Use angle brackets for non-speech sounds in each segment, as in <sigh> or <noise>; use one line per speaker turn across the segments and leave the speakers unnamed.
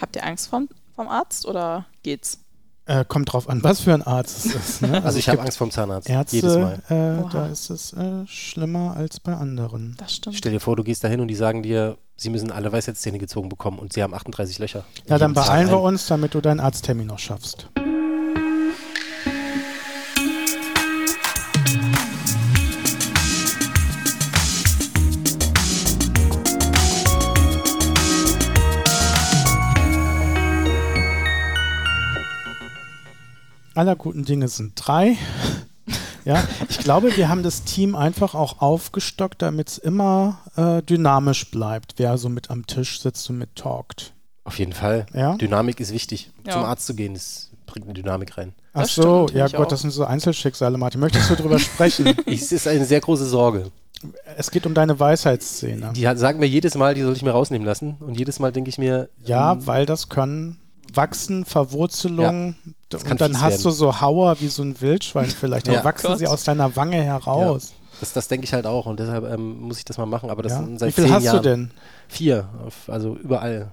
Habt ihr Angst vom, vom Arzt oder geht's?
Äh, kommt drauf an, was für ein Arzt es ist. Ne?
<laughs> Also ich
es
habe
gibt
Angst vorm Zahnarzt.
Ärzte,
Jedes Mal.
Äh,
Oha.
da ist es äh, schlimmer als bei anderen.
Das stimmt. <laughs>
Stell dir vor, du gehst dahin und die sagen dir, sie müssen alle Weisheitszähne gezogen bekommen und sie haben 38 Löcher.
Ja, dann
Jedes Mal
beeilen wir
ein.
uns, damit du deinen Arzttermin noch schaffst. Aller guten Dinge sind drei. <laughs> Ja, ich glaube, wir haben das Team einfach auch aufgestockt, damit es immer äh, dynamisch bleibt, wer so mit am Tisch sitzt und mit talkt.
Auf jeden Fall.
Ja?
Dynamik ist wichtig.
Ja.
Zum Arzt zu gehen, das bringt eine Dynamik rein. <laughs>
Ach
Das
so,
stimmt,
ja
ich
Gott,
auch.
das sind so Einzelschicksale, Martin. Möchtest
<laughs>
du drüber sprechen?
Es ist eine sehr große Sorge.
Es geht um deine Weisheitsszene.
Die hat- sagen mir jedes Mal, die soll ich mir rausnehmen lassen. Und jedes Mal denke ich mir, ähm,
Ja, weil das können wachsen, Verwurzelung.
kann
und dann
fies
hast
werden.
du so Hauer wie so ein Wildschwein vielleicht. Dann
Ja.
wachsen
Gott.
sie aus deiner Wange heraus.
das, das denke ich halt auch. Und deshalb ähm, muss ich das mal machen. Aber das
Ja.
sind
Wie
seit
viel
zehn
hast
Jahren.
du denn?
Vier. Auf, also überall.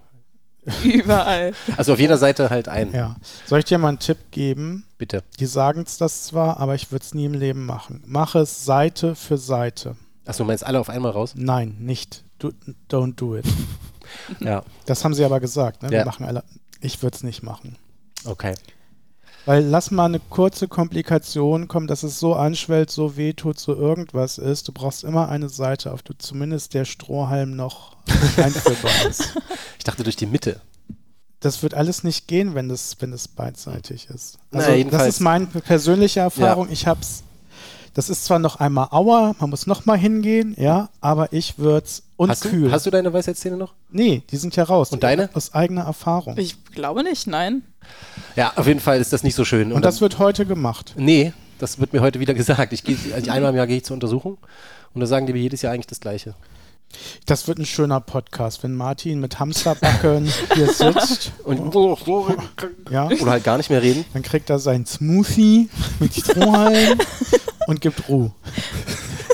Überall.
Also auf jeder Seite halt ein.
Ja. Soll ich dir mal einen Tipp geben?
Bitte.
Die sagen es das zwar, aber ich würde es nie im Leben machen. Mache es Seite für Seite.
Achso, du meinst alle auf einmal raus?
Nein, nicht. Do, don't do
<laughs>
it.
Ja.
Das haben sie aber gesagt. Ne? Wir
Ja.
machen alle. Ich würde es nicht machen.
Okay.
Weil lass mal eine kurze Komplikation kommen, dass es so anschwellt, so wehtut, so irgendwas ist. Du brauchst immer eine Seite, auf die zumindest der Strohhalm
<laughs>
noch einführbar ist.
Ich dachte durch die Mitte.
Das wird alles nicht gehen, wenn das, wenn das beidseitig ist.
Na,
Also das
jedenfalls.
ist meine persönliche Erfahrung. Ich hab's. Das ist zwar noch einmal Aua, man muss noch mal hingehen, ja, aber ich würd's und
hast,
kühl.
du, hast du deine Weisheitszähne noch?
nee, die sind ja raus.
Und deine?
Aus eigener Erfahrung.
Ich glaube nicht, nein.
Ja, auf jeden Fall ist das nicht so schön.
und das wird heute gemacht.
Nee, das wird mir heute wieder <laughs> gesagt. Ich gehe also einmal im Jahr gehe ich zur Untersuchung und da sagen die mir jedes Jahr eigentlich das Gleiche.
Das wird ein schöner Podcast, wenn Martin mit Hamsterbacken hier sitzt.
Und
Ja,
oder halt gar nicht mehr reden.
dann kriegt er seinen Smoothie mit Strohhalm und gibt Ruhe.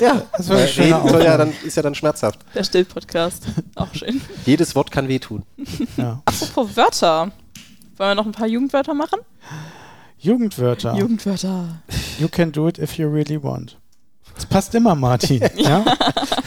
Ja,
Das war
<laughs> weil
eine schöne
reden soll ja
Aufnahme.
dann, ist ja dann schmerzhaft.
Der Still-Podcast. Auch schön.
Jedes Wort kann wehtun.
Ja.
Apropos Wörter. Wollen wir noch ein paar Jugendwörter machen?
Jugendwörter.
Jugendwörter.
You can do it if you really want. Das passt immer, Martin. ja.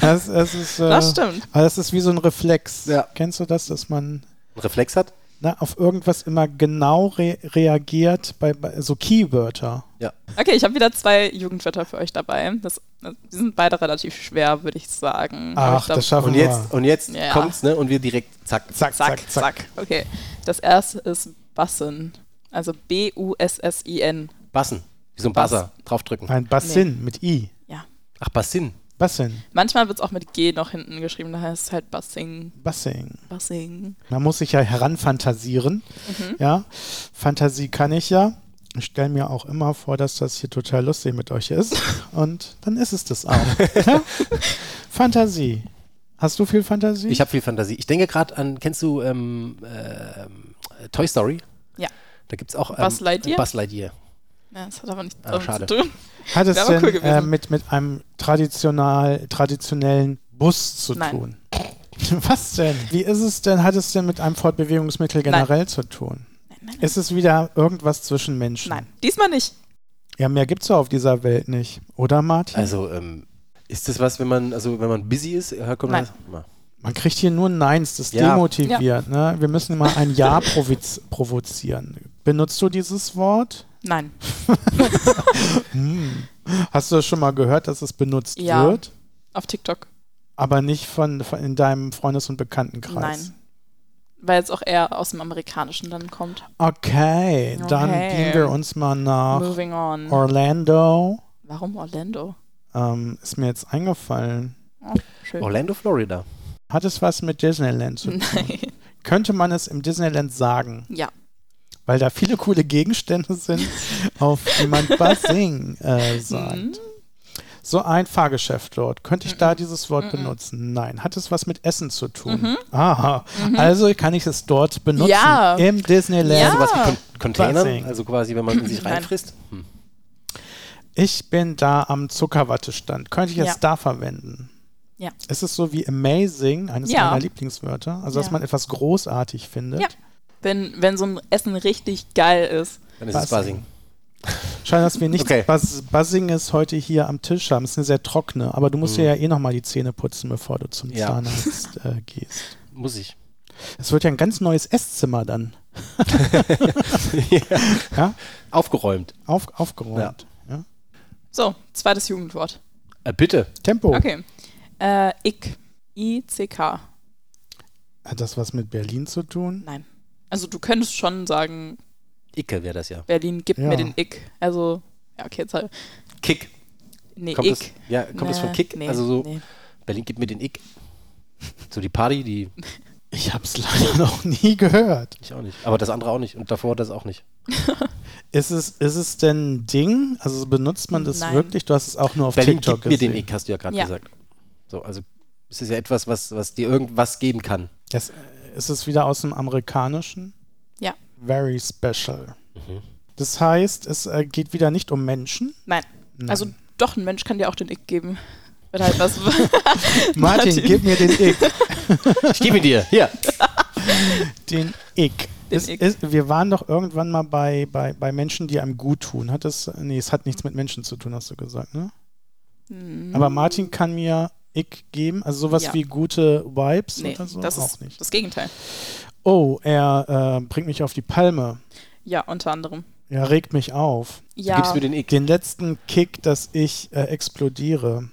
Das, das, ist, äh,
Das stimmt.
aber das ist wie so ein Reflex.
Ja.
Kennst du das, dass man
Ein Reflex hat?
na, auf irgendwas immer genau re reagiert bei, bei so Keywörter?
Ja.
Okay, ich habe wieder zwei Jugendwörter für euch dabei. Das, das, die sind beide relativ schwer, würde ich sagen. Aber
Ach,
ich glaub-
das schaffen
Und jetzt, und jetzt
Ja.
kommt's, ne? Und wir direkt zack.
wir. Zack,
zack, zack, Okay. Das erste ist Bassen. Also B-U-S-S-I-N.
Bassen. Wie so ein Buzzer. Draufdrücken.
Ein Bassin mit I.
Ja.
Ach, Bassin.
Bassin.
Manchmal wird es auch mit G noch hinten geschrieben, da heißt es halt Bassing.
Bassing.
Bassing.
Man muss sich ja heranfantasieren.
Mhm.
Ja, Fantasie kann ich ja. Ich stelle mir auch immer vor, dass das hier total lustig mit euch ist. Und dann ist es
<laughs>
das auch. ja? Fantasie. Hast du viel Fantasie?
Ich habe viel Fantasie. Ich denke gerade an, kennst du ähm, ähm, Toy Story?
Ja.
Da gibt's auch ähm,
Buzz Lightyear?
Buzz Lightyear.
Ja, das hat aber nichts
Ah,
damit
schade.
zu tun.
Hat es
Wär aber
denn
cool
äh,
gewesen.
mit, mit einem traditional, traditionellen Bus zu
Nein.
tun? <laughs> Was denn? Wie ist es denn? Hat es denn mit einem Fortbewegungsmittel generell zu tun?
nein,
Ist es wieder irgendwas zwischen Menschen?
Nein, diesmal nicht.
Ja, mehr gibt es auf dieser Welt nicht, oder Martin?
Also, ähm, ist das was, wenn man, also wenn man busy ist, ja, kommt
Nein.
das-
Man kriegt hier nur Neins, das
Ja.
demotiviert. Ne? Wir müssen immer ein Ja proviz- provozieren. Benutzt du dieses Wort?
Nein.
Hast du das schon mal gehört, dass es benutzt
Ja.
wird?
Auf TikTok.
Aber nicht von, von in deinem Freundes- und Bekanntenkreis.
Nein. Weil es auch eher aus dem Amerikanischen dann kommt.
Okay, dann
Okay. Hm.
gehen wir uns mal nach
Moving on.
Orlando.
Warum Orlando?
Ähm, ist mir jetzt eingefallen.
Oh, schön.
Orlando, Florida.
Hat es was mit
<laughs>
Disneyland zu tun?
Nein.
Könnte man es im Disneyland sagen?
Ja.
Weil da viele coole
<laughs>
Gegenstände sind, auf die man Buzzing äh, sagt.
Hm?
So ein Fahrgeschäft dort. Könnte ich da
Mhm.
dieses Wort benutzen? Nein. Hat es was mit Essen zu tun? Aha. Also kann ich es dort benutzen.
Mhm. Ja.
Im
Ja.
Disneyland.
Sowas wie Also Con Container,
Buzzing.
also quasi, wenn man in sich
Nein.
reinfrisst. Hm.
Ich bin da am Zuckerwattestand. Könnte ich es
Ja.
da verwenden?
Ja.
Ist es so wie amazing, eines
Ja.
meiner Lieblingswörter? Also, dass
Ja.
man etwas großartig findet.
Ja. Wenn, wenn so ein Essen richtig geil ist.
Dann ist es Buzzing.
Schade, dass wir nicht
Okay.
Buzz Buzzing ist heute hier am Tisch haben. Ist eine sehr trockene, aber du musst dir ja eh nochmal die Zähne putzen, bevor du zum
Mhm. Ja.
Zahnarzt äh, gehst.
Muss ich.
Es wird ja ein ganz neues Esszimmer dann
ja.
ja?
Aufgeräumt.
Auf, aufgeräumt. Ja.
So, zweites Jugendwort.
Äh, bitte.
Tempo.
Okay. Äh, Ick. I-C-K.
Hat das was mit Berlin zu tun?
Nein. Also du könntest schon sagen,
Icke wäre das ja.
Berlin, gib
Ja.
mir den Ick. Also, ja, okay, jetzt halt.
Kick.
Nee,
Kommt
Ick.
das, ja, kommt das von
Nee,
Kick?
nee,
also so,
nee.
Berlin gibt mir den Ick. So die Party, die
Ich habe es <laughs> leider noch nie gehört.
ich auch nicht. Aber das andere auch nicht. Und davor das auch nicht.
Ist es, ist es denn ein Ding? Also benutzt man das
Nein.
wirklich? Du hast es auch nur auf
Berlin
TikTok
gibt mir
gesehen.
den Ick, hast du ja gerade
Ja.
gesagt. So, also es ist ja etwas, was, was dir irgendwas geben kann.
Das, ist es wieder aus dem Amerikanischen?
Ja.
Very special.
Mhm.
Das heißt, es äh, geht wieder nicht um Menschen.
Nein.
Nein.
Also doch, ein Mensch kann dir auch den Ick geben. Wird halt was.
Martin,
<laughs>
Martin.
gib mir
<laughs>
den Ick.
Ich gebe ihn dir. Hier.
Den Ick.
Den
es,
Ick.
Ist, wir waren doch irgendwann mal bei, bei, bei Menschen, die einem gut tun. Hat das, nee, es hat nichts mit Menschen zu tun, hast du gesagt, ne? Aber Martin kann mir Ick geben, also sowas
Hm. Ja.
wie gute Vibes
nee,
oder so?
das
auch
ist
nicht.
das Gegenteil.
Oh, er äh, bringt mich auf die Palme.
Ja, unter anderem.
Er regt mich auf.
Du
Ja.
gibst mir den Ick.
Den letzten Kick, dass ich äh, explodiere.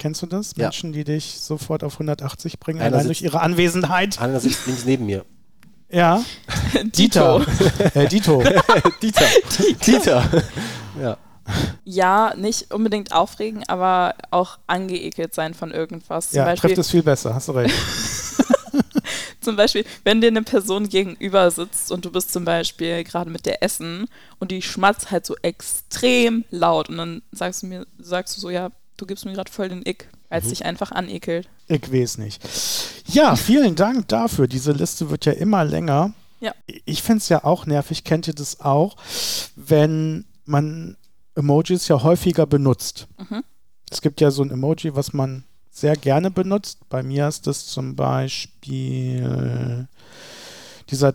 Kennst du das?
Ja.
Menschen, die dich sofort auf 180 bringen,
Einer
allein
sitzt-
durch ihre Anwesenheit.
Hanna sitzt links neben mir.
Ja.
<laughs>
Dieter. <laughs> äh, Dito.
Dieter. Dieter. ja.
Ja, nicht unbedingt aufregen, aber auch angeekelt sein von irgendwas. Zum,
Ja, trifft
Beispiel,
es viel besser, hast
<laughs>
du recht.
zum Beispiel, wenn dir eine Person gegenüber sitzt und du bist zum Beispiel gerade mit der Essen und die schmatzt halt so extrem laut und dann sagst du mir, sagst du so, ja, du gibst mir gerade voll den Ick,
Mhm.
als dich einfach anekelt.
Ich weiß nicht. Ja, vielen Dank dafür. Diese Liste wird ja immer länger.
Ja.
Ich finde es ja auch nervig. Kennt ihr das auch, wenn man Emojis ja häufiger benutzt?
Mhm.
Es gibt ja so ein Emoji, was man sehr gerne benutzt. Bei mir ist das zum Beispiel dieser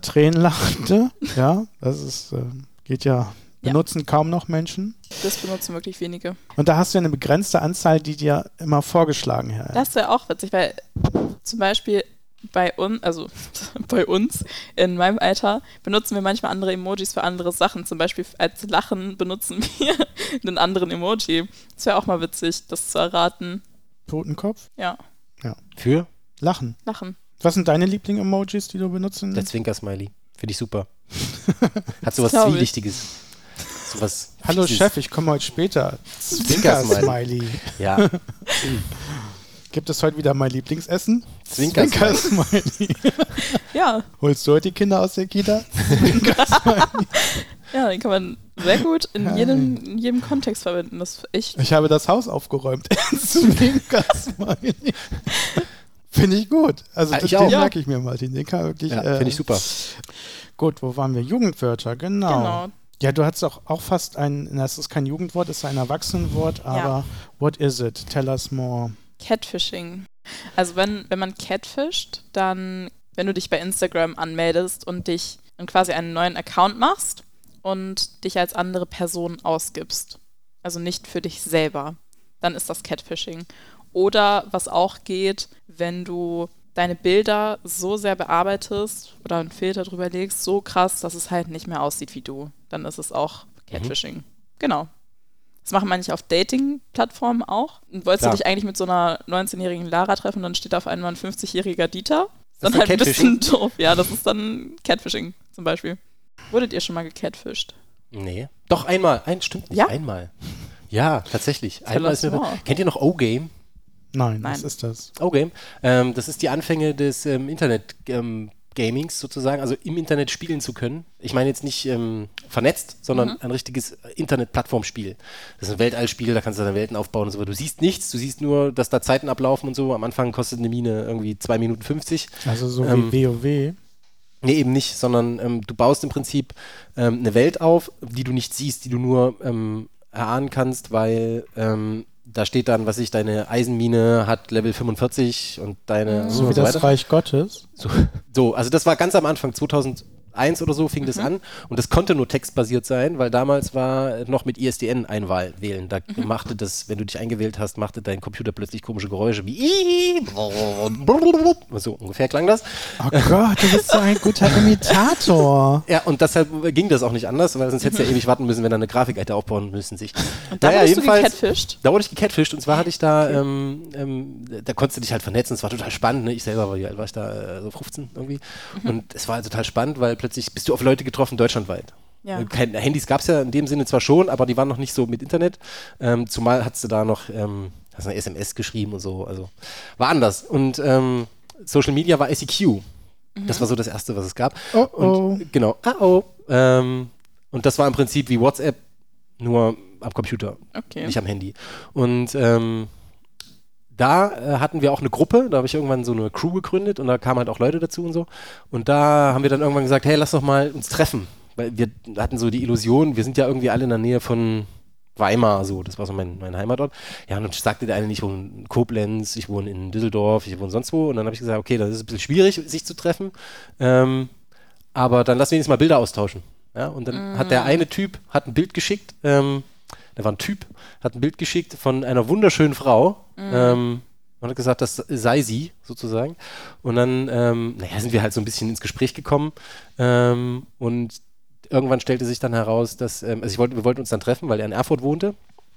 <laughs>
Tränenlachende. ja, das ist, äh, geht ja,
Ja.
benutzen kaum noch Menschen.
Das benutzen wirklich wenige.
Und da hast du ja eine begrenzte Anzahl, die dir immer vorgeschlagen wird.
Das wäre auch witzig, weil zum Beispiel bei uns, also <laughs> bei uns in meinem Alter, benutzen wir manchmal andere Emojis für andere Sachen. Zum Beispiel als Lachen benutzen <laughs> wir einen anderen Emoji. Das wäre auch mal witzig, das zu erraten.
Totenkopf?
Ja,
Für?
Lachen.
Lachen.
Was sind deine Liebling-Emojis, die du benutzt?
Der Zwinker-Smiley. Finde ich super. Hat sowas
glaub ich.
Zwielichtiges. Sowas
Hallo
Fieses.
Chef, ich komme heute später. Zwinker-Smiley.
Ja.
Gibt es heute wieder mein Lieblingsessen?
Zwinker-Smiley.
Zwinker-Smiley.
Ja,
Holst du heute die Kinder aus der Kita?
ja, den kann man sehr gut in jedem, in jedem Kontext verwenden. Das ich,
Ich habe das Haus aufgeräumt. <laughs> Zwinker-Smiley. Finde ich gut. Also
Ah,
das
ich auch.
den
Ja.
merke ich mir, Martin. Den kann wirklich,
Ja,
äh,
Finde ich super.
Gut, wo waren wir? Jugendwörter, genau.
Genau.
Ja, du hattest auch, auch fast ein, das ist kein Jugendwort, das ist ein Erwachsenenwort, aber what is it? Tell us more.
Catfishing. Also wenn, wenn man catfisht, dann, wenn du dich bei Instagram anmeldest und dich und quasi einen neuen Account machst und dich als andere Person ausgibst. Also nicht für dich selber. Dann ist das Catfishing. Oder was auch geht, wenn du deine Bilder so sehr bearbeitest oder einen Filter drüber legst, so krass, dass es halt nicht mehr aussieht wie du. Dann ist es auch Catfishing. Genau. Das machen manche auf Dating-Plattformen auch. Und wolltest
Klar.
du dich eigentlich mit so einer 19-jährigen Lara treffen, dann steht auf einmal ein 50-jähriger Dieter. Ist
Das
dann
ist
halt ein
Catfishing?
bisschen doof. Ja, das ist dann Catfishing zum Beispiel. Wurdet ihr schon mal gecatfisht?
Nee. Doch einmal. Ein, stimmt nicht.
Ja?
Einmal. Ja, tatsächlich.
Tell
Einmal
us
ist mir
more.
Kennt ihr noch O-Game?
Nein,
Nein.
was ist das?
O-Game. Ähm, das ist die Anfänge des ähm, Internet ähm, Gamings sozusagen, also im Internet spielen zu können. Ich meine jetzt nicht ähm, vernetzt, sondern ein richtiges äh, Internet-Plattformspiel. Das ist ein Weltallspiel, da kannst du deine Welten aufbauen und so. Du siehst nichts, du siehst nur, dass da Zeiten ablaufen und so. Am Anfang kostet eine Mine irgendwie 2 Minuten 50.
Also so
Ähm,
wie WoW.
Nee, eben nicht, sondern ähm, du baust im Prinzip ähm, eine Welt auf, die du nicht siehst, die du nur ähm, erahnen kannst, weil ähm, da steht dann, was ich, deine Eisenmine hat Level 45 und deine
So wie
und so
das
weiter.
Reich Gottes.
So, so, also das war ganz am Anfang, 2000, 1 oder so fing das an und das konnte nur textbasiert sein, weil damals war äh, noch mit ISDN Einwahl wählen. Da machte das, wenn du dich eingewählt hast, machte dein Computer plötzlich komische Geräusche wie so ungefähr klang das.
Oh Gott, du bist so ein <laughs> guter Imitator.
Ja, und deshalb ging das auch nicht anders, weil
<laughs>
sonst hättest du ja ewig warten müssen, wenn da eine Grafik hätte aufbauen müssen sich.
Und da wurdest du gecatfished?
Da wurde ich gecatfished und zwar hatte ich da, ähm, ähm, da konntest du dich halt vernetzen, es war total spannend. Ne? Ich selber war, wie alt war ich da, äh, so 15 irgendwie.
Mhm.
Und es war halt total spannend, weil plötzlich bist du auf Leute getroffen, deutschlandweit.
Ja.
Äh, Kein, Handys gab es ja in dem Sinne zwar schon, aber die waren noch nicht so mit Internet. Ähm, zumal hattest du da noch ähm, hast eine SMS geschrieben und so. Also war anders. Und ähm, Social Media war ICQ. Das war so das Erste, was es gab.
Oh, oh.
Und, genau. Ah, oh. Ähm, und das war im Prinzip wie WhatsApp, nur am Computer,
Okay.
nicht am Handy. Und ähm, da äh, hatten wir auch eine Gruppe, da habe ich irgendwann so eine Crew gegründet und da kamen halt auch Leute dazu und so. Und da haben wir dann irgendwann gesagt, hey, lass doch mal uns treffen. Weil wir hatten so die Illusion, wir sind ja irgendwie alle in der Nähe von Weimar, so, das war so mein, mein Heimatort. Ja, und dann sagte der eine, ich wohne in Koblenz, ich wohne in Düsseldorf, ich wohne sonst wo. Und dann habe ich gesagt, okay, das ist ein bisschen schwierig, sich zu treffen. Ähm, aber dann lass wenigstens mal Bilder austauschen. Ja, und dann hat der eine Typ, hat ein Bild geschickt, ähm, der war ein Typ, hat ein Bild geschickt von einer wunderschönen Frau
Mhm.
ähm, und hat gesagt, das sei sie sozusagen. Und dann, ähm, naja, sind wir halt so ein bisschen ins Gespräch gekommen ähm, und irgendwann stellte sich dann heraus, dass, ähm, also ich wollte, wir wollten uns dann treffen, weil er in Erfurt wohnte,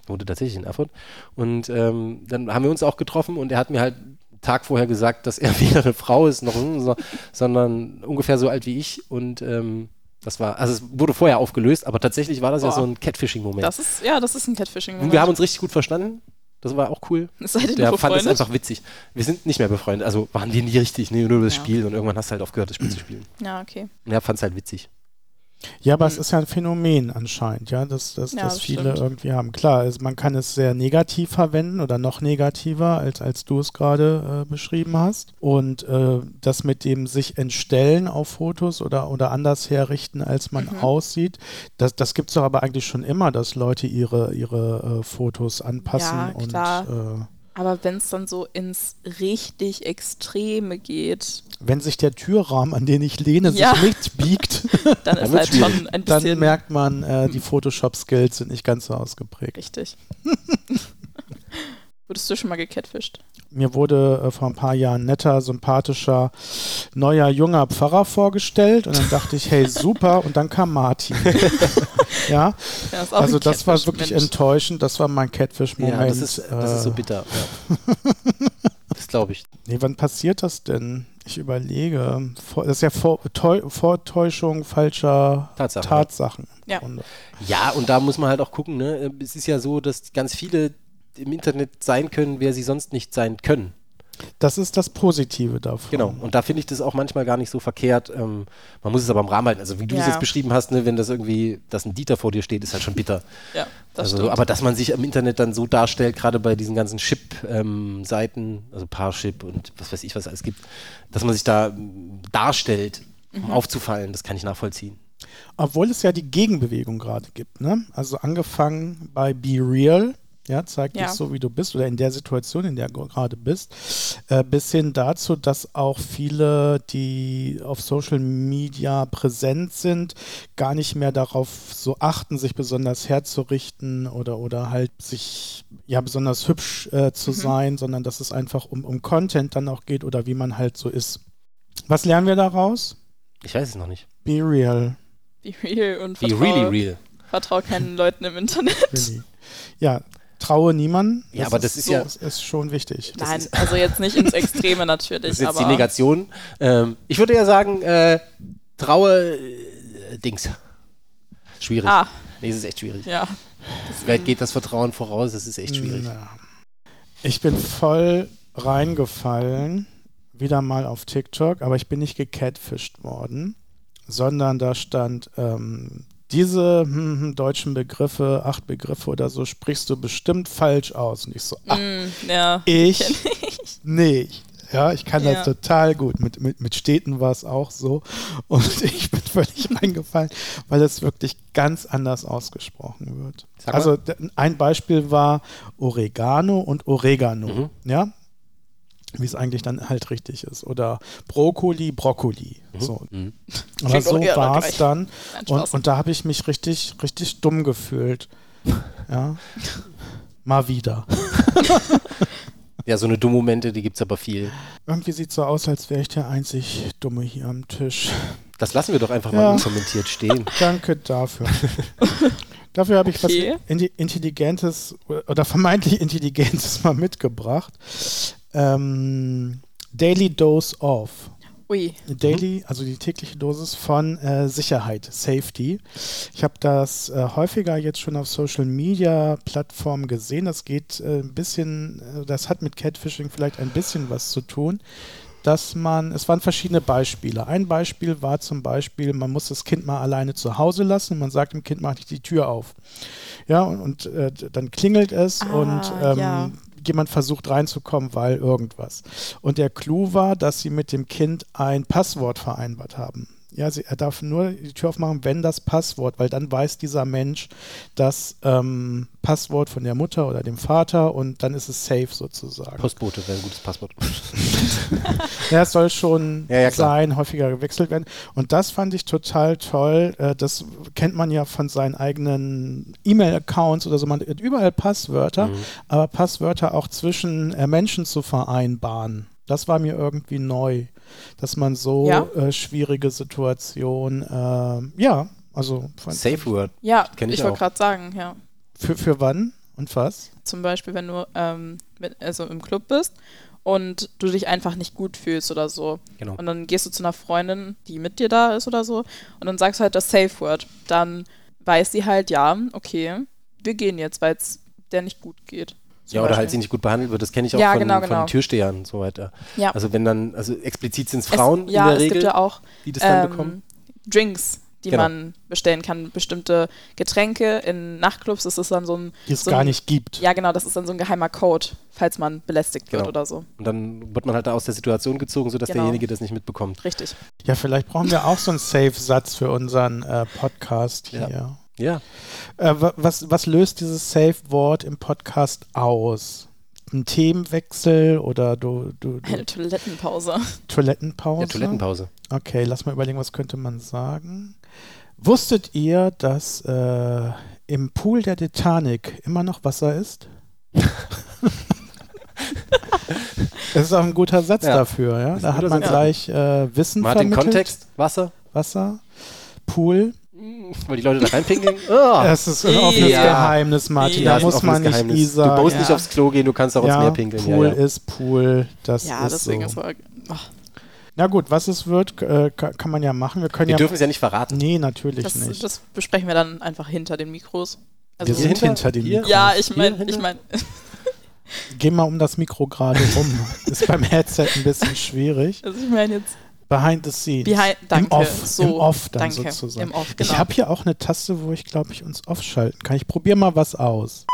wohnte tatsächlich in Erfurt und ähm, dann haben wir uns auch getroffen und er hat mir halt einen Tag vorher gesagt, dass er <laughs> weder eine Frau ist noch so, sondern ungefähr so alt wie ich und ähm, das war, also es wurde vorher aufgelöst, aber tatsächlich war das ja
Boah.
so ein Catfishing-Moment.
Das ist, ja, das ist ein Catfishing.
Und wir haben uns richtig gut verstanden. Das war auch cool.
Seid ihr
Der
noch
fand es
befreundet?
einfach witzig. Wir sind nicht mehr befreundet. Also waren wir nie richtig, nee, nur über das
Ja.
Spiel. Und irgendwann hast du halt aufgehört, das Spiel zu spielen.
Ja, okay.
Und er fand es halt witzig.
Ja, aber es ist ja ein Phänomen anscheinend, ja, dass, dass,
Ja,
dass
das
viele
stimmt.
irgendwie haben. Klar, also man kann es sehr negativ verwenden oder noch negativer, als, als du es gerade äh, beschrieben hast. Und äh, das mit dem sich entstellen auf Fotos oder, oder anders herrichten, als man
Mhm.
aussieht, das, das gibt es doch aber eigentlich schon immer, dass Leute ihre, ihre äh, Fotos
Ja,
anpassen
klar.
und äh,
Aber wenn es dann so ins richtig Extreme geht,
wenn sich der Türrahmen, an den ich lehne,
Ja.
sich
<laughs>
nicht biegt,
dann ist
wird's
halt schon ein
dann
bisschen
merkt man, äh, die Photoshop-Skills sind nicht ganz so ausgeprägt.
richtig. <laughs> Wurdest du schon mal gecatfished?
Mir wurde äh, vor ein paar Jahren netter, sympathischer, neuer, junger Pfarrer vorgestellt und dann dachte ich, hey, super, und dann
<laughs>
kam Martin. ja,
Ja, ist auch
also
ein
das war
Catfish,
wirklich
Mensch.
enttäuschend, das war mein Catfish-Moment.
Ja, das ist, das ist so
Äh,
bitter. Ja. das glaube ich.
Nee, wann passiert das denn? Ich überlege. Vor, das ist ja vor, Teu- Vortäuschung falscher
Tatsache.
Tatsachen. im
Ja.
Grunde.
Ja, und da muss man halt auch gucken. Ne? Es ist ja so, dass ganz viele im Internet sein können, wer sie sonst nicht sein können.
Das ist das Positive davon.
Genau, und da finde ich das auch manchmal gar nicht so verkehrt. Ähm, man muss es aber im Rahmen halten. Also wie du es
Ja.
jetzt beschrieben hast, ne, wenn das irgendwie, dass ein Dieter vor dir steht, ist halt schon bitter.
Ja, das
also,
stimmt.
aber dass man sich im Internet dann so darstellt, gerade bei diesen ganzen Chip-Seiten, also Parship und was weiß ich, was es alles gibt, dass man sich da ähm, darstellt,
Mhm.
um aufzufallen, das kann ich nachvollziehen.
Obwohl es ja die Gegenbewegung gerade gibt, ne? Also angefangen bei Be Real, ja, zeig
Ja.
dich so, wie du bist oder in der Situation, in der du gerade bist, äh, bis hin dazu, dass auch viele, die auf Social Media präsent sind, gar nicht mehr darauf so achten, sich besonders herzurichten oder, oder halt sich ja besonders hübsch äh, zu sein, sondern dass es einfach um, um Content dann auch geht oder wie man halt so ist. Was lernen wir daraus?
Ich weiß es noch nicht.
Be real.
Be real und
Be
vertrau,
really real.
vertrau keinen Leuten im Internet.
Really. Ja, traue niemanden.
Ja, aber das ist ja-
Das ist schon wichtig.
Nein, also jetzt nicht ins Extreme natürlich,
<laughs> Das ist jetzt
aber
die Negation. Ähm, ich würde ja sagen, äh, traue äh, Dings. Schwierig.
ah,
Nee, es ist echt schwierig.
ja,
Weit geht das Vertrauen voraus, das ist echt schwierig.
Na. Ich bin voll reingefallen, wieder mal auf TikTok, aber ich bin nicht gecatfished worden, sondern da stand, ähm, diese hm, hm, deutschen Begriffe, acht Begriffe oder so, sprichst du bestimmt falsch aus. Und ich so, ach,
mm, ja.
ich nicht. Ja, ich kann
Ja.
das total gut. Mit, mit, mit Städten war es auch so. Und <laughs> ich bin völlig reingefallen, weil es wirklich ganz anders ausgesprochen wird.
Sag mal.
also d- ein Beispiel war Oregano und Oregano. Ja. wie es eigentlich dann halt richtig ist. Oder Brokkoli, Brokkoli. So. Aber
Klingt auch
so
eher
war
gleich.
es dann.
Nein, Spaß.
Und, und da habe ich mich richtig, richtig dumm gefühlt. Ja. Mal wieder.
Ja, so eine dumme Momente, die gibt es aber viel.
Irgendwie sieht es so aus, als wäre ich der einzig Dumme hier am Tisch.
Das lassen wir doch einfach
Ja.
mal unkommentiert stehen.
Danke dafür. dafür habe ich
Okay.
was Inti- Intelligentes oder vermeintlich Intelligentes mal mitgebracht. Ähm, Daily Dose Off.
Ui.
Daily, also die tägliche Dosis von äh, Sicherheit, Safety. Ich habe das äh, häufiger jetzt schon auf Social Media Plattformen gesehen. Das geht äh, ein bisschen, äh, das hat mit Catfishing vielleicht ein bisschen was zu tun, dass man, es waren verschiedene Beispiele. Ein Beispiel war zum Beispiel, man muss das Kind mal alleine zu Hause lassen und man sagt dem Kind, mach nicht die Tür auf. Ja, und, und äh, d- dann klingelt es
Ah,
und ähm,
ja.
jemand versucht reinzukommen, weil irgendwas. Und der Clou war, dass sie mit dem Kind ein Passwort vereinbart haben. Ja, sie, er darf nur die Tür aufmachen, wenn das Passwort, weil dann weiß dieser Mensch das ähm, Passwort von der Mutter oder dem Vater und dann ist es safe sozusagen.
Postbote wäre ein gutes <laughs> Passwort.
Ja, es soll schon
Ja, ja, klar.
sein, häufiger gewechselt werden. Und das fand ich total toll. Äh, Das kennt man ja von seinen eigenen E-Mail-Accounts oder so. Man hat überall Passwörter,
Mhm.
aber Passwörter auch zwischen äh, Menschen zu vereinbaren. Das war mir irgendwie neu, dass man so
Ja?
äh, schwierige Situationen, äh, ja, also fand-
Safe Word.
Ja,
Kenn ich
ich wollte
auch.
gerade sagen, ja.
für, für wann und was?
Zum Beispiel, wenn du ähm, mit, also im Club bist und du dich einfach nicht gut fühlst oder so.
Genau.
Und dann gehst du zu einer Freundin, die mit dir da ist oder so, und dann sagst du halt das Safe Word. Dann weiß sie halt, ja, okay, wir gehen jetzt, weil es der nicht gut geht. Zum
Ja, oder
Beispiel.
halt sie nicht gut behandelt wird. Das kenne ich auch
Ja,
von,
genau,
von
genau.
den Türstehern und so weiter.
Ja.
Also wenn dann, also explizit sind es
Es-
Frauen
ja,
in der
es
Regel,
gibt ja auch
die das dann
ähm,
bekommen.
Drinks, die
Genau.
man bestellen kann. Bestimmte Getränke in Nachtclubs ist es dann so ein.
Die es
so
gar
ein,
nicht gibt.
Ja, genau, das ist dann so ein geheimer Code, falls man belästigt wird
Genau.
oder so.
Und dann wird man halt da aus der Situation gezogen, sodass
Genau.
derjenige das nicht mitbekommt.
Richtig.
Ja, vielleicht brauchen wir auch so einen Safe-Satz für unseren äh, Podcast
Ja.
hier.
Ja.
Äh, wa- was, was löst dieses Safe-Wort im Podcast aus? Ein Themenwechsel oder du, du,
Eine
du
Toilettenpause.
Toilettenpause?
ja, Toilettenpause.
Okay, lass mal überlegen, was könnte man sagen? Wusstet ihr, dass äh, im Pool der Titanic immer noch Wasser
<laughs>
ist? das ist auch ein guter Satz
Ja.
dafür, ja.
ist
Da
ein
hat
guter
man
Satz.
gleich äh, Wissen
Man hat den
vermittelt.
Kontext, Wasser, Hm,
Wasser, Pool.
weil die Leute da
<laughs>
reinpinkeln. Ah,
Das ist ein offenes
Ja.
Geheimnis, Martin.
Ja,
Da
ist ein
muss man nicht I
Du
sagen.
musst nicht
ja.
aufs Klo gehen, du kannst auch
ja,
ins Meer pinkeln.
Pool
ja, ja.
ist Pool. Das
ja,
ist
deswegen ist
so.
es. ach,
Na gut, was es wird, äh, ka- kann man ja machen. Wir können
Wir
ja.
dürfen es ja nicht verraten.
Nee, natürlich
das,
nicht.
das besprechen wir dann einfach hinter den Mikros. Also
wir sind
hinter-
hinter, dem
hier?
Mikro.
ja, ich meine,
Hier
ich meine,
Geh mal um das Mikro gerade rum.
<laughs>
ist beim Headset ein bisschen schwierig.
also ich meine jetzt
Behind the scenes.
behind,
Im
danke,
Off,
so,
im Off dann
danke,
sozusagen.
im Off, genau.
ich habe hier auch eine Taste, wo ich glaube ich uns offschalten kann. Ich probiere mal was aus.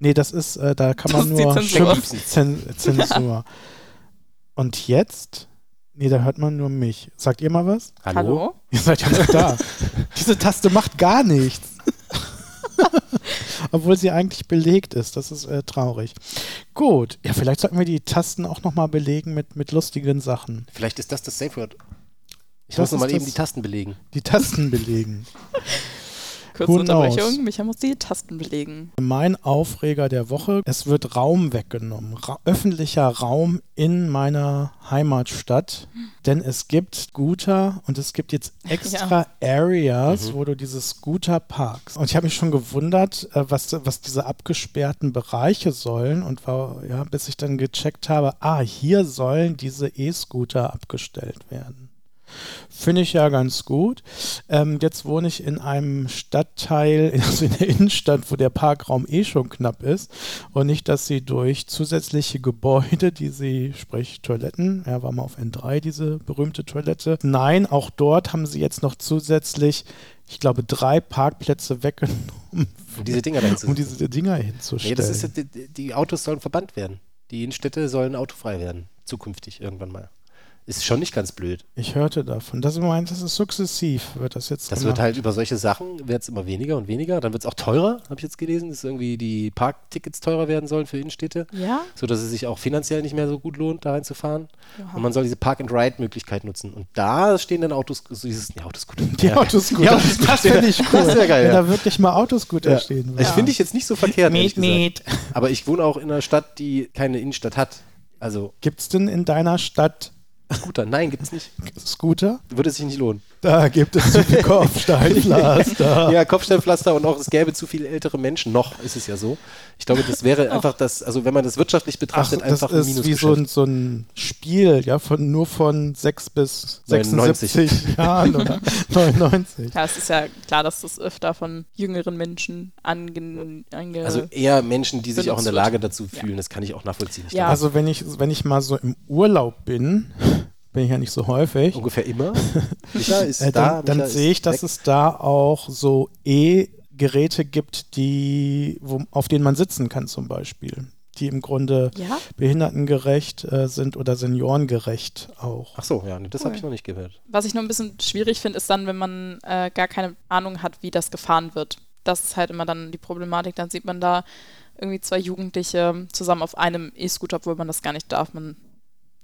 Nee, das ist, äh, da kann
Das
man
ist die
nur
Zensur.
schimpfen.
<laughs>
Zen Zensur. Und jetzt? Nee, da hört man nur mich. Sagt ihr mal was?
Hallo?
Ihr seid ja noch da. <laughs> Diese Taste macht gar <laughs> nichts. Obwohl sie eigentlich belegt ist. Das ist äh, traurig. Gut. Ja, vielleicht sollten wir die Tasten auch nochmal belegen mit, mit lustigen Sachen.
Vielleicht ist das das Safe Word. Ich
Das
muss muss mal
ist
eben
das-
die Tasten belegen.
Die Tasten belegen.
Kurze
Who
Unterbrechung,
knows?
Micha muss die Tasten belegen.
Mein Aufreger der Woche. Es wird Raum weggenommen. Ra öffentlicher Raum in meiner Heimatstadt. Denn es gibt Scooter und es gibt jetzt extra Areas, wo du diese Scooter parkst. Und ich habe mich schon gewundert, äh, was, was diese abgesperrten Bereiche sollen. Und war, ja, bis ich dann gecheckt habe, ah, hier sollen diese E-Scooter abgestellt werden. Finde ich ja ganz gut. Ähm, jetzt wohne ich in einem Stadtteil, <laughs> also in der Innenstadt, wo der Parkraum eh schon knapp ist. Und nicht, dass sie durch zusätzliche Gebäude, die sie, sprich Toiletten, ja, war mal auf N3 diese berühmte Toilette. Nein, auch dort haben sie jetzt noch zusätzlich, ich glaube, drei Parkplätze weggenommen,
Um diese Dinger da
um
hinzusetzen.
diese Dinger hinzustellen.
Nee, das ist, ja- die, die die Autos sollen verbannt werden. Die Innenstädte sollen autofrei werden. Zukünftig irgendwann mal. Ist schon nicht ganz blöd.
Ich hörte davon. Das meint, das ist sukzessiv, wird das jetzt
Das
gemacht.
wird halt über solche Sachen, wird es immer weniger und weniger. Dann wird es auch teurer, habe ich jetzt gelesen, dass irgendwie die Parktickets teurer werden sollen für Innenstädte,
Ja?
sodass es sich auch finanziell nicht mehr so gut lohnt, da reinzufahren.
Oha.
Und man soll diese Park-and-Ride-Möglichkeit nutzen. Und da stehen dann Autos, so dieses, nee, Autoscooter.
Die
<laughs>
Autoscooter.
Ja, das,
das finde ich cool.
Das wäre geil.
Wenn
Ja.
da wirklich mal Autoscooter
Ja.
stehen
Ich
würden.
finde ich jetzt nicht so verkehrt. ehrlich
Miet,
gesagt.
miet.
Aber ich wohne auch in einer Stadt, die keine Innenstadt hat. Also
Gibt es denn in deiner Stadt
Scooter, nein, gibt es nicht.
Scooter?
Würde sich nicht lohnen.
Da gibt es zu viel <laughs> Kopfsteinpflaster.
Ja, Kopfsteinpflaster und auch es gäbe zu viele ältere Menschen. Noch ist es ja so. Ich glaube, das wäre
Oh.
einfach das, also wenn man das wirtschaftlich
Ach,
betrachtet,
das
einfach ein
ist wie so
Minusgeschäft.
ein, so ein Spiel, ja, von nur von 6 bis 76 <laughs> Jahren
<laughs>
oder 99.
Ja, es ist ja klar, dass das öfter von jüngeren Menschen ange... ange
also eher Menschen, die sich auch in der
benutzt
Lage dazu fühlen, das kann ich auch nachvollziehen. Ich
Ja.
glaube,
Also wenn ich, wenn ich mal so im Urlaub bin, bin ich ja nicht so häufig, <laughs>
Ungefähr immer. Micha Oh, ist
äh,
da.
dann, dann
Micha
sehe
ist
ich, dass
weg.
es da auch so E-Geräte gibt, die, wo, auf denen man sitzen kann zum Beispiel. Die im Grunde
ja?
behindertengerecht äh, sind oder seniorengerecht auch.
Ach so, ja, nee, das habe ich noch nicht gehört.
Was ich nur ein bisschen schwierig finde, ist dann, wenn man äh, gar keine Ahnung hat, wie das gefahren wird. Das ist halt immer dann die Problematik. Dann sieht man da irgendwie zwei Jugendliche zusammen auf einem E-Scooter, obwohl man das gar nicht darf. Man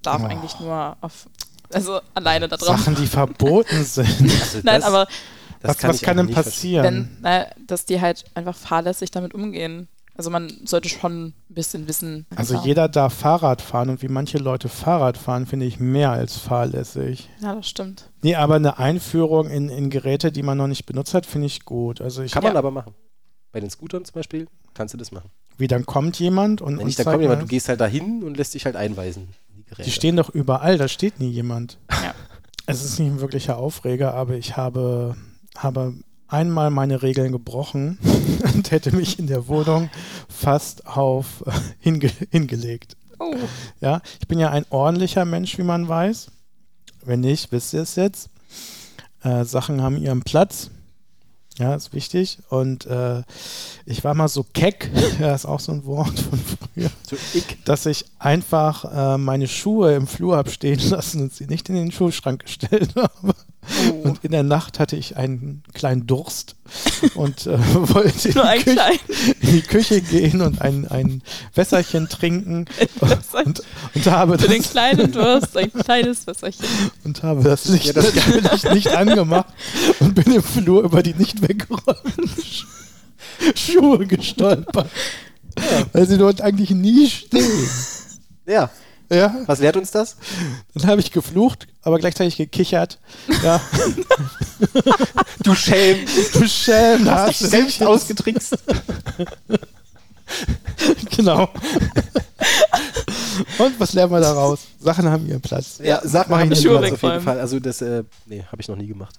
darf
Oh.
eigentlich nur auf, also alleine da drauf.
Sachen, die
<laughs>
verboten sind.
Also
Nein,
das,
aber
das
was was
ich
kann denn
einfach nicht
passieren?
wenn, naja, dass die halt einfach fahrlässig damit umgehen. Also man sollte schon ein bisschen wissen.
Also
Genau.
Ja.
jeder darf Fahrrad fahren und wie manche Leute Fahrrad fahren, finde ich mehr als fahrlässig.
Ja, das stimmt.
Nee, aber eine Einführung in, in Geräte, die man noch nicht benutzt hat, finde ich gut. Also ich,
Kann man
Ja.
aber machen. Bei den Scootern zum Beispiel kannst du das machen.
wie dann kommt jemand und,
Wenn
und
nicht, da
zeigt
kommt jemand,
mal-
du gehst halt dahin und lässt dich halt einweisen. Die Geräte.
die stehen doch überall, da steht nie jemand. <laughs>
Ja.
Es ist nicht ein wirklicher Aufreger, aber ich habe, habe einmal meine Regeln gebrochen <laughs> und hätte mich in der Wohnung fast auf <laughs> hinge hingelegt.
Oh,
Ja, ich bin ja ein ordentlicher Mensch, wie man weiß. Wenn nicht, wisst ihr es jetzt. Äh, Sachen haben ihren Platz. Ja, ist wichtig. Und äh, ich war mal so keck, <laughs> ja, ist auch so ein Wort von früher,
So, ich.
dass ich einfach äh, meine Schuhe im Flur habe stehen lassen und sie nicht in den Schuhschrank gestellt <laughs> habe.
oh.
Und in der Nacht hatte ich einen kleinen Durst und äh, <laughs> wollte in
nur
die,
ein
Küche,
kleines
in die Küche gehen und ein, ein Wässerchen trinken
Wässerchen.
und, und habe
Für den
das
kleinen Durst, ein kleines Wässerchen.
und habe das Licht
Ja, das-
natürlich nicht angemacht und bin im Flur über die nicht weggeräumten Schu- Schuhe gestolpert. Weil sie dort eigentlich nie stehen.
Ja,
Ja,
was lehrt uns das?
dann habe ich geflucht, aber gleichzeitig gekichert. Ja, <laughs>
Du Schelm,
du Schelm, da
hast
hast
dich
du
selbst
dich
ausgetrickst.
<laughs> Genau. Und was lernen wir daraus? Sachen haben ihren Platz.
<laughs> Ja, sag
Mach
mal,
ich
ich
Schuhe
auf jeden
wegräumen.
Fall. Also das, äh, nee, habe ich noch nie gemacht.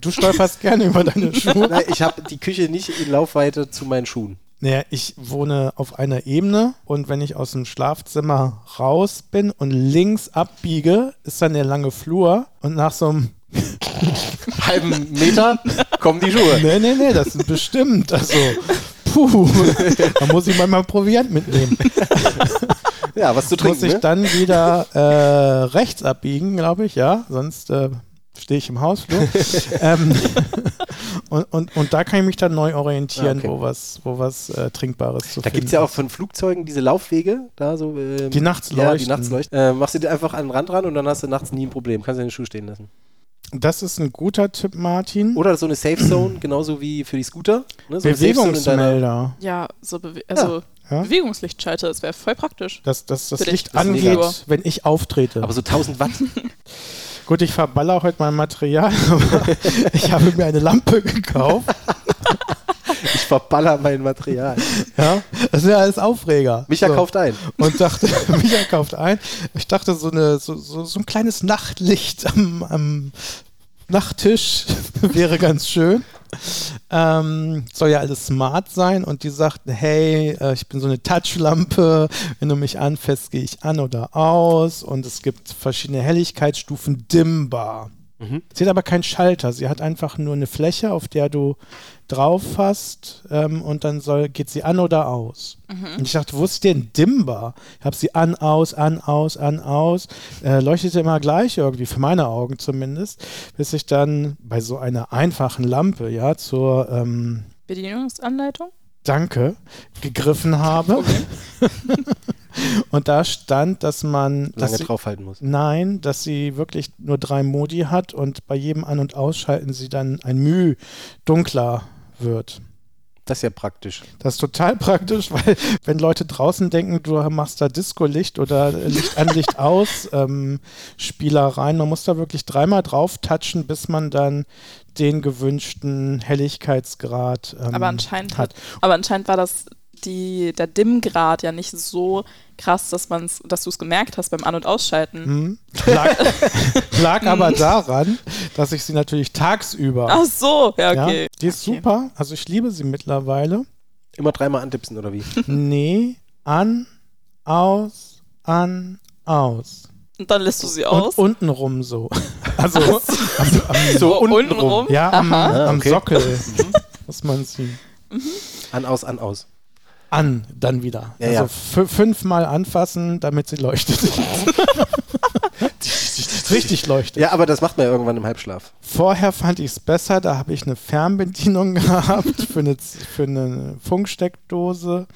Du stolperst gerne über deine Schuhe.
Nein, ich habe die Küche nicht in Laufweite zu meinen Schuhen.
Naja, ich wohne auf einer Ebene und wenn ich aus dem Schlafzimmer raus bin und links abbiege, ist dann der lange Flur und nach so einem.
Halben Meter kommen die Schuhe.
Nee, nee, nee, das ist bestimmt. Also, puh, <laughs> da muss ich manchmal Proviant mitnehmen.
Ja, was zu
muss
trinken,
ich
ne?
dann wieder äh, rechts abbiegen, glaube ich, ja. Sonst äh, stehe ich im
<laughs>
Hausflur. ähm, <laughs> und, und, und da kann ich mich dann neu orientieren,
Ah, okay.
wo was, wo was äh, Trinkbares zu
Da
finden
gibt es ja auch
ist.
von Flugzeugen diese Laufwege, da so. Ähm,
Die nachts
ja, die
leuchten.
nachts leuchten. Äh, machst du dir einfach an den Rand ran und dann hast du nachts nie ein Problem. Kannst du deine Schuhe stehen lassen.
Das ist ein guter Tipp, Martin.
Oder so eine Safe Zone, genauso wie für die Scooter. Ne? So eine Safe Zone in deiner-
Bewegungsmelder.
Ja, so Bewe also
Ja.
Bewegungslichtschalter, das wäre voll praktisch.
Dass, dass das
Für den
Licht
Schlüssel.
angeht,
Ja.
wenn ich auftrete.
Aber so 1000 Watt. <laughs>
Gut, ich verballer heute mein Material, <laughs> aber
<laughs>
ich habe mir eine Lampe gekauft.
Ich verballer mein Material. <laughs>
Ja, das sind ja alles Aufreger.
Micha
so.
kauft ein.
und dachte, <laughs> Micha kauft ein. Ich dachte, so, eine, so, so, so ein kleines Nachtlicht am, am Nachttisch <laughs> wäre ganz schön. Ähm, soll ja alles smart sein und die sagten, hey, äh, ich bin so eine Touchlampe, wenn du mich anfasst, gehe ich an oder aus und es gibt verschiedene Helligkeitsstufen dimmbar. Sie hat aber keinen Schalter. Sie hat einfach nur eine Fläche, auf der du drauf hast ähm, und dann soll, geht sie an oder aus. Und ich dachte, wo ist denn Dimmer? Ich habe sie an, aus, an, aus, an, aus. Äh, leuchtete immer gleich irgendwie, für meine Augen zumindest, bis ich dann bei so einer einfachen Lampe, ja, zur ähm,
Bedienungsanleitung?
Danke gegriffen habe. <laughs> und da stand, dass man. dass
Lange
sie-
draufhalten muss.
Nein, dass sie wirklich nur drei Modi hat und bei jedem An- und Ausschalten sie dann ein Müh dunkler wird.
Das ist ja praktisch.
Das ist total praktisch, <laughs> weil wenn Leute draußen denken, du machst da Disco-Licht oder Licht an, Licht aus,
<laughs>
ähm, Spielereien, man muss da wirklich dreimal drauf touchen, bis man dann den gewünschten Helligkeitsgrad ähm,
Aber anscheinend
hat.
hat. Aber anscheinend war das die, der Dimmgrad ja nicht so krass, dass man's, dass du es gemerkt hast beim An- und Ausschalten.
Hm?
<laughs>
Lag, lag
Mhm.
aber daran, dass ich sie natürlich tagsüber
Ach so, ja, Oh, okay.
Ja, die ist
Okay.
super. Also ich liebe
<laughs>
sie mittlerweile.
Immer dreimal antipsen oder <laughs> wie?
Nee, an, aus, an, aus.
Und dann lässt du sie
Und
aus.
untenrum so. <laughs> Also am, am,
So
untenrum?
ja, am,
Aha.
am
Ah, okay.
Sockel muss man sie
An, aus, an, aus.
an, dann wieder.
Ja, ja.
also fü- fünfmal anfassen, damit sie leuchtet.
<laughs>
Richtig leuchtet.
Ja, aber das macht man ja irgendwann im Halbschlaf.
Vorher fand ich es besser, da habe ich eine Fernbedienung <laughs> gehabt für eine, für eine Funksteckdose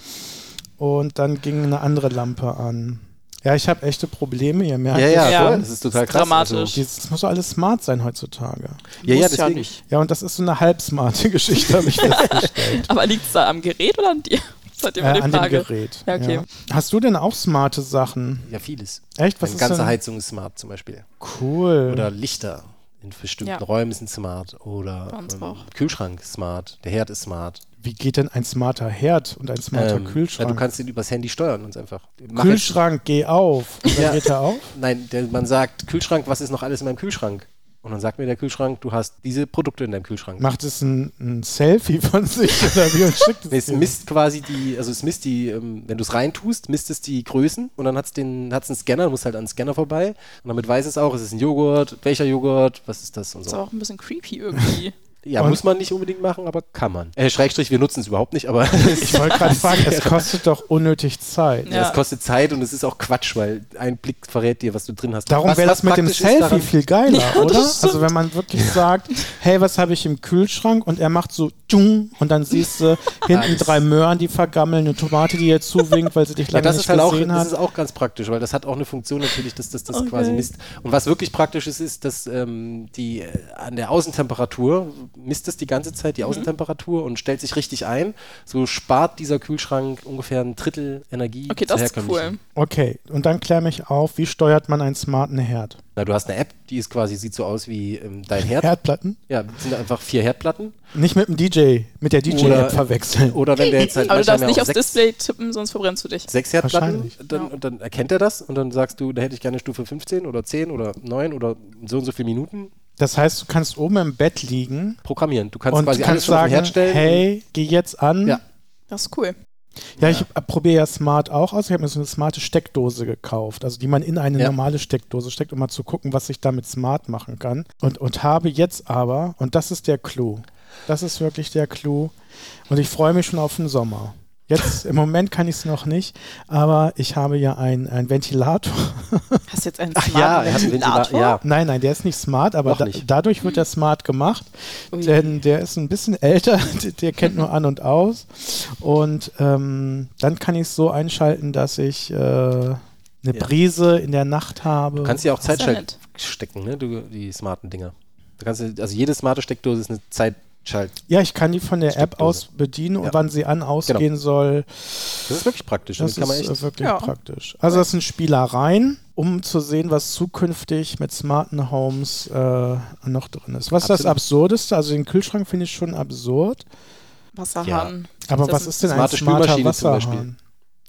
und dann ging eine andere Lampe an. Ja, ich habe echte Probleme, ihr merkt.
Ja, ja,
Ja.
voll. Das ist total krass.
Dramatisch.
Also,
es. Das muss doch alles smart sein heutzutage.
ja, ja,
Muss ja
deswegen.
nicht.
Ja, und das ist so eine halbsmarte <laughs> Geschichte, habe ich festgestellt.
Aber liegt es da am Gerät oder an dir? <laughs> Das ist halt
äh,
immer die
an dem
Frage.
Gerät.
Ja, okay.
Hast du denn auch smarte Sachen?
Ja, vieles.
Echt? Was
Meine
ist
ganze
denn?
Heizung ist smart zum Beispiel.
Cool.
Oder Lichter in bestimmten
Ja.
Räumen sind smart. Oder ähm,
Bei uns auch.
Kühlschrank ist smart. Der Herd ist smart.
Wie geht denn ein smarter Herd und ein smarter
Ähm,
Kühlschrank?
Ja, du kannst ihn übers Handy steuern ganz einfach. Mach
Kühlschrank, geh auf. Und dann
<laughs> Ja.
geht er auf?
Jetzt, nein, der, man sagt, Kühlschrank, was ist noch alles in meinem Kühlschrank? Und dann sagt mir der Kühlschrank, du hast diese Produkte in deinem Kühlschrank.
Macht es ein, ein Selfie von sich oder wie und schickt
Nee,
es
es
dir?
misst quasi die, also es misst die, ähm, wenn du es reintust, misst es die Größen und dann hat es den, hat's einen Scanner, du musst halt an den Scanner vorbei und damit weiß es auch, es ist ein Joghurt, welcher Joghurt, was ist das und
Ist
so.
aber auch ein bisschen creepy irgendwie.
<laughs> Ja,
Und-
muss man nicht unbedingt machen, aber kann man. Äh, Schrägstrich, wir nutzen es überhaupt nicht, aber <laughs>
Ich wollte gerade fragen, es kostet doch unnötig Zeit.
Ja.
es kostet Zeit und es ist auch Quatsch, weil ein Blick verrät dir, was du drin hast.
Darum
Was-
wäre
was
das mit dem
praktisch ist
Selfie
daran-
viel
<laughs>
geiler,
Ja, das
oder?
stimmt.
Also wenn man wirklich sagt, hey, was habe ich im Kühlschrank? Und er macht so tschung und dann siehst
<laughs>
du hinten
Nice.
drei Möhren, die vergammeln, eine Tomate, die dir zuwinkt, weil sie dich
Ja,
lange
das
nicht
ist halt auch,
gesehen
das
hat.
ist auch ganz praktisch, weil das hat auch eine Funktion natürlich, dass das, das
Okay.
quasi misst. Und was wirklich praktisch ist, ist, dass ähm, die äh, an der Außentemperatur misst es die ganze Zeit
Mhm.
die Außentemperatur und stellt sich richtig ein. So spart dieser Kühlschrank ungefähr ein Drittel Energie.
Okay,
zur
das ist
herkömmlichen.
cool.
Okay, und dann klär mich auf, wie steuert man einen smarten Herd?
Na, du hast eine App, die ist quasi sieht so aus wie ähm, dein Herd.
Herdplatten?
Ja, das sind einfach vier Herdplatten.
Nicht mit dem DJ, mit der DJ-App
Oder- <laughs>
verwechseln.
Oder wenn der jetzt
<laughs>
halt
Aber du
manchmal
darfst nicht
auch
aufs
sechs-
Display tippen, sonst verbrennst du dich.
sechs Herdplatten
Wahrscheinlich.
dann, und dann erkennt er das und dann sagst du, da hätte ich gerne Stufe 15 oder 10 oder 9 oder so und so viele Minuten
Das heißt, du kannst oben im Bett liegen
programmieren. Du kannst
und
quasi
kannst
alles schon auf den
sagen,
Herd stellen.
hey, geh jetzt an.
Ja.
Das ist cool.
Ja, ich probiere ja Smart auch aus. Ich habe mir so eine smarte Steckdose gekauft, also die man in eine
Ja.
normale Steckdose steckt, um mal zu gucken, was ich damit smart machen kann. Und, und habe jetzt aber, und das ist der Clou, das ist wirklich der Clou. Und ich freue mich schon auf den Sommer. Jetzt, im Moment kann ich es noch nicht, aber ich habe ja einen einen Ventilator.
Hast du jetzt einen
Ach
smarten
ja, er hat einen
Ventilator?
Ventilator. Ja.
Nein, nein, der ist nicht smart, aber
Noch
da,
nicht.
dadurch wird er smart gemacht,
Ui.
denn der ist ein bisschen <laughs> älter, der- der kennt nur an und aus. Und ähm, dann kann ich es so einschalten, dass ich äh, eine Brise in der Nacht habe.
Du kannst ja auch
Oh, ist ja
Zeitschalt stecken, ne? Du, die smarten Dinger. Du kannst, ja- also jede smarte Steckdose ist eine Zeitschalt.
ja, ich kann die von der App
Steckdose.
aus bedienen und
Ja.
wann sie an ausgehen
Genau.
soll.
Das ist wirklich praktisch.
Das
Das kann man
ist
echt.
äh, wirklich
Ja.
praktisch. Also das sind Spielereien, um zu sehen, was zukünftig mit smarten Homes äh, noch drin ist. Was ist das
Absolut.
Absurdeste? Also den Kühlschrank finde ich schon absurd.
Wasserhahn.
Aber
Ist das
was
ein-
ist denn ein
Smarte
smarter
Spülmaschine zum Beispiel.
Wasserhahn?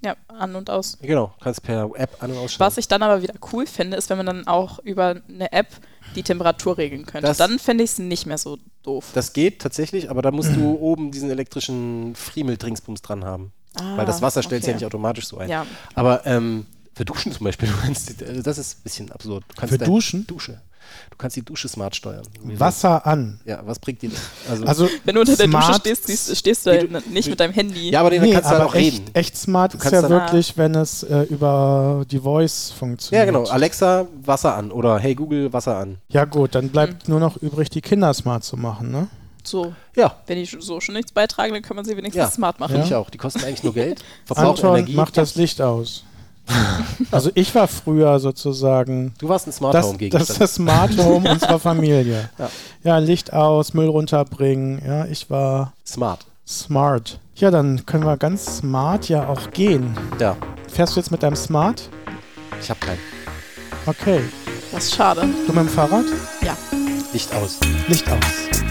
Ja, an und aus.
äh,
Genau, kannst per App an- und
Was
ausschalten.
ich dann aber wieder cool finde, ist, wenn man dann auch über eine App die Temperatur regeln könnte.
Das-
dann fände ich es nicht mehr so doof.
Das geht tatsächlich, aber da musst
<clears throat>
du oben diesen elektrischen Friemel-Dingsbums dran haben.
Ah,
weil das Wasser stellt sich ja
okay.
nicht automatisch so ein.
Ja.
<laughs> Aber ähm, für Duschen zum Beispiel, du kannst, also das ist ein bisschen absurd. Du kannst
Für
dein-
Duschen?
Dusche. Du kannst die Dusche smart steuern. Irgendwie so.
Wasser an.
Ja, was bringt dir das? Also,
Also,
Wenn du unter der Dusche
smart-
stehst, siehst- stehst du
Nee, du-
da nicht
du-
mit deinem Handy.
ja, aber dann
Nee,
kannst du
aber
halt auch
echt,
reden.
echt smart ist
kannst
ja
dann-
wirklich, wenn es äh, über die Voice
Ja,
funktioniert.
genau. Alexa, Wasser an. Oder Hey Google, Wasser an.
Ja gut, dann
Mhm.
bleibt nur noch übrig, die Kinder smart zu machen, ne?
So,
Ja,
wenn die so schon nichts beitragen, dann kann man sie wenigstens
Ja.
smart machen.
Ja.
finde ich auch. Die kosten eigentlich
<laughs>
nur Geld. Verbrauchen
Anton,
Energie.
mach das Licht
<laughs>
aus. also ich war früher sozusagen
Du warst ein Smart
das,
Home
das ist
Gegenstand.
das Smart Home
<laughs>
unserer Familie.
Ja.
Ja. Licht aus, Müll runterbringen. Ja, ich war
Smart.
smart. Ja, dann können wir ganz smart ja auch gehen.
Ja,
Fährst du jetzt mit deinem Smart?
ich habe keinen.
Okay.
Das ist schade.
Du mit dem Fahrrad?
Ja.
Licht aus.
Licht aus.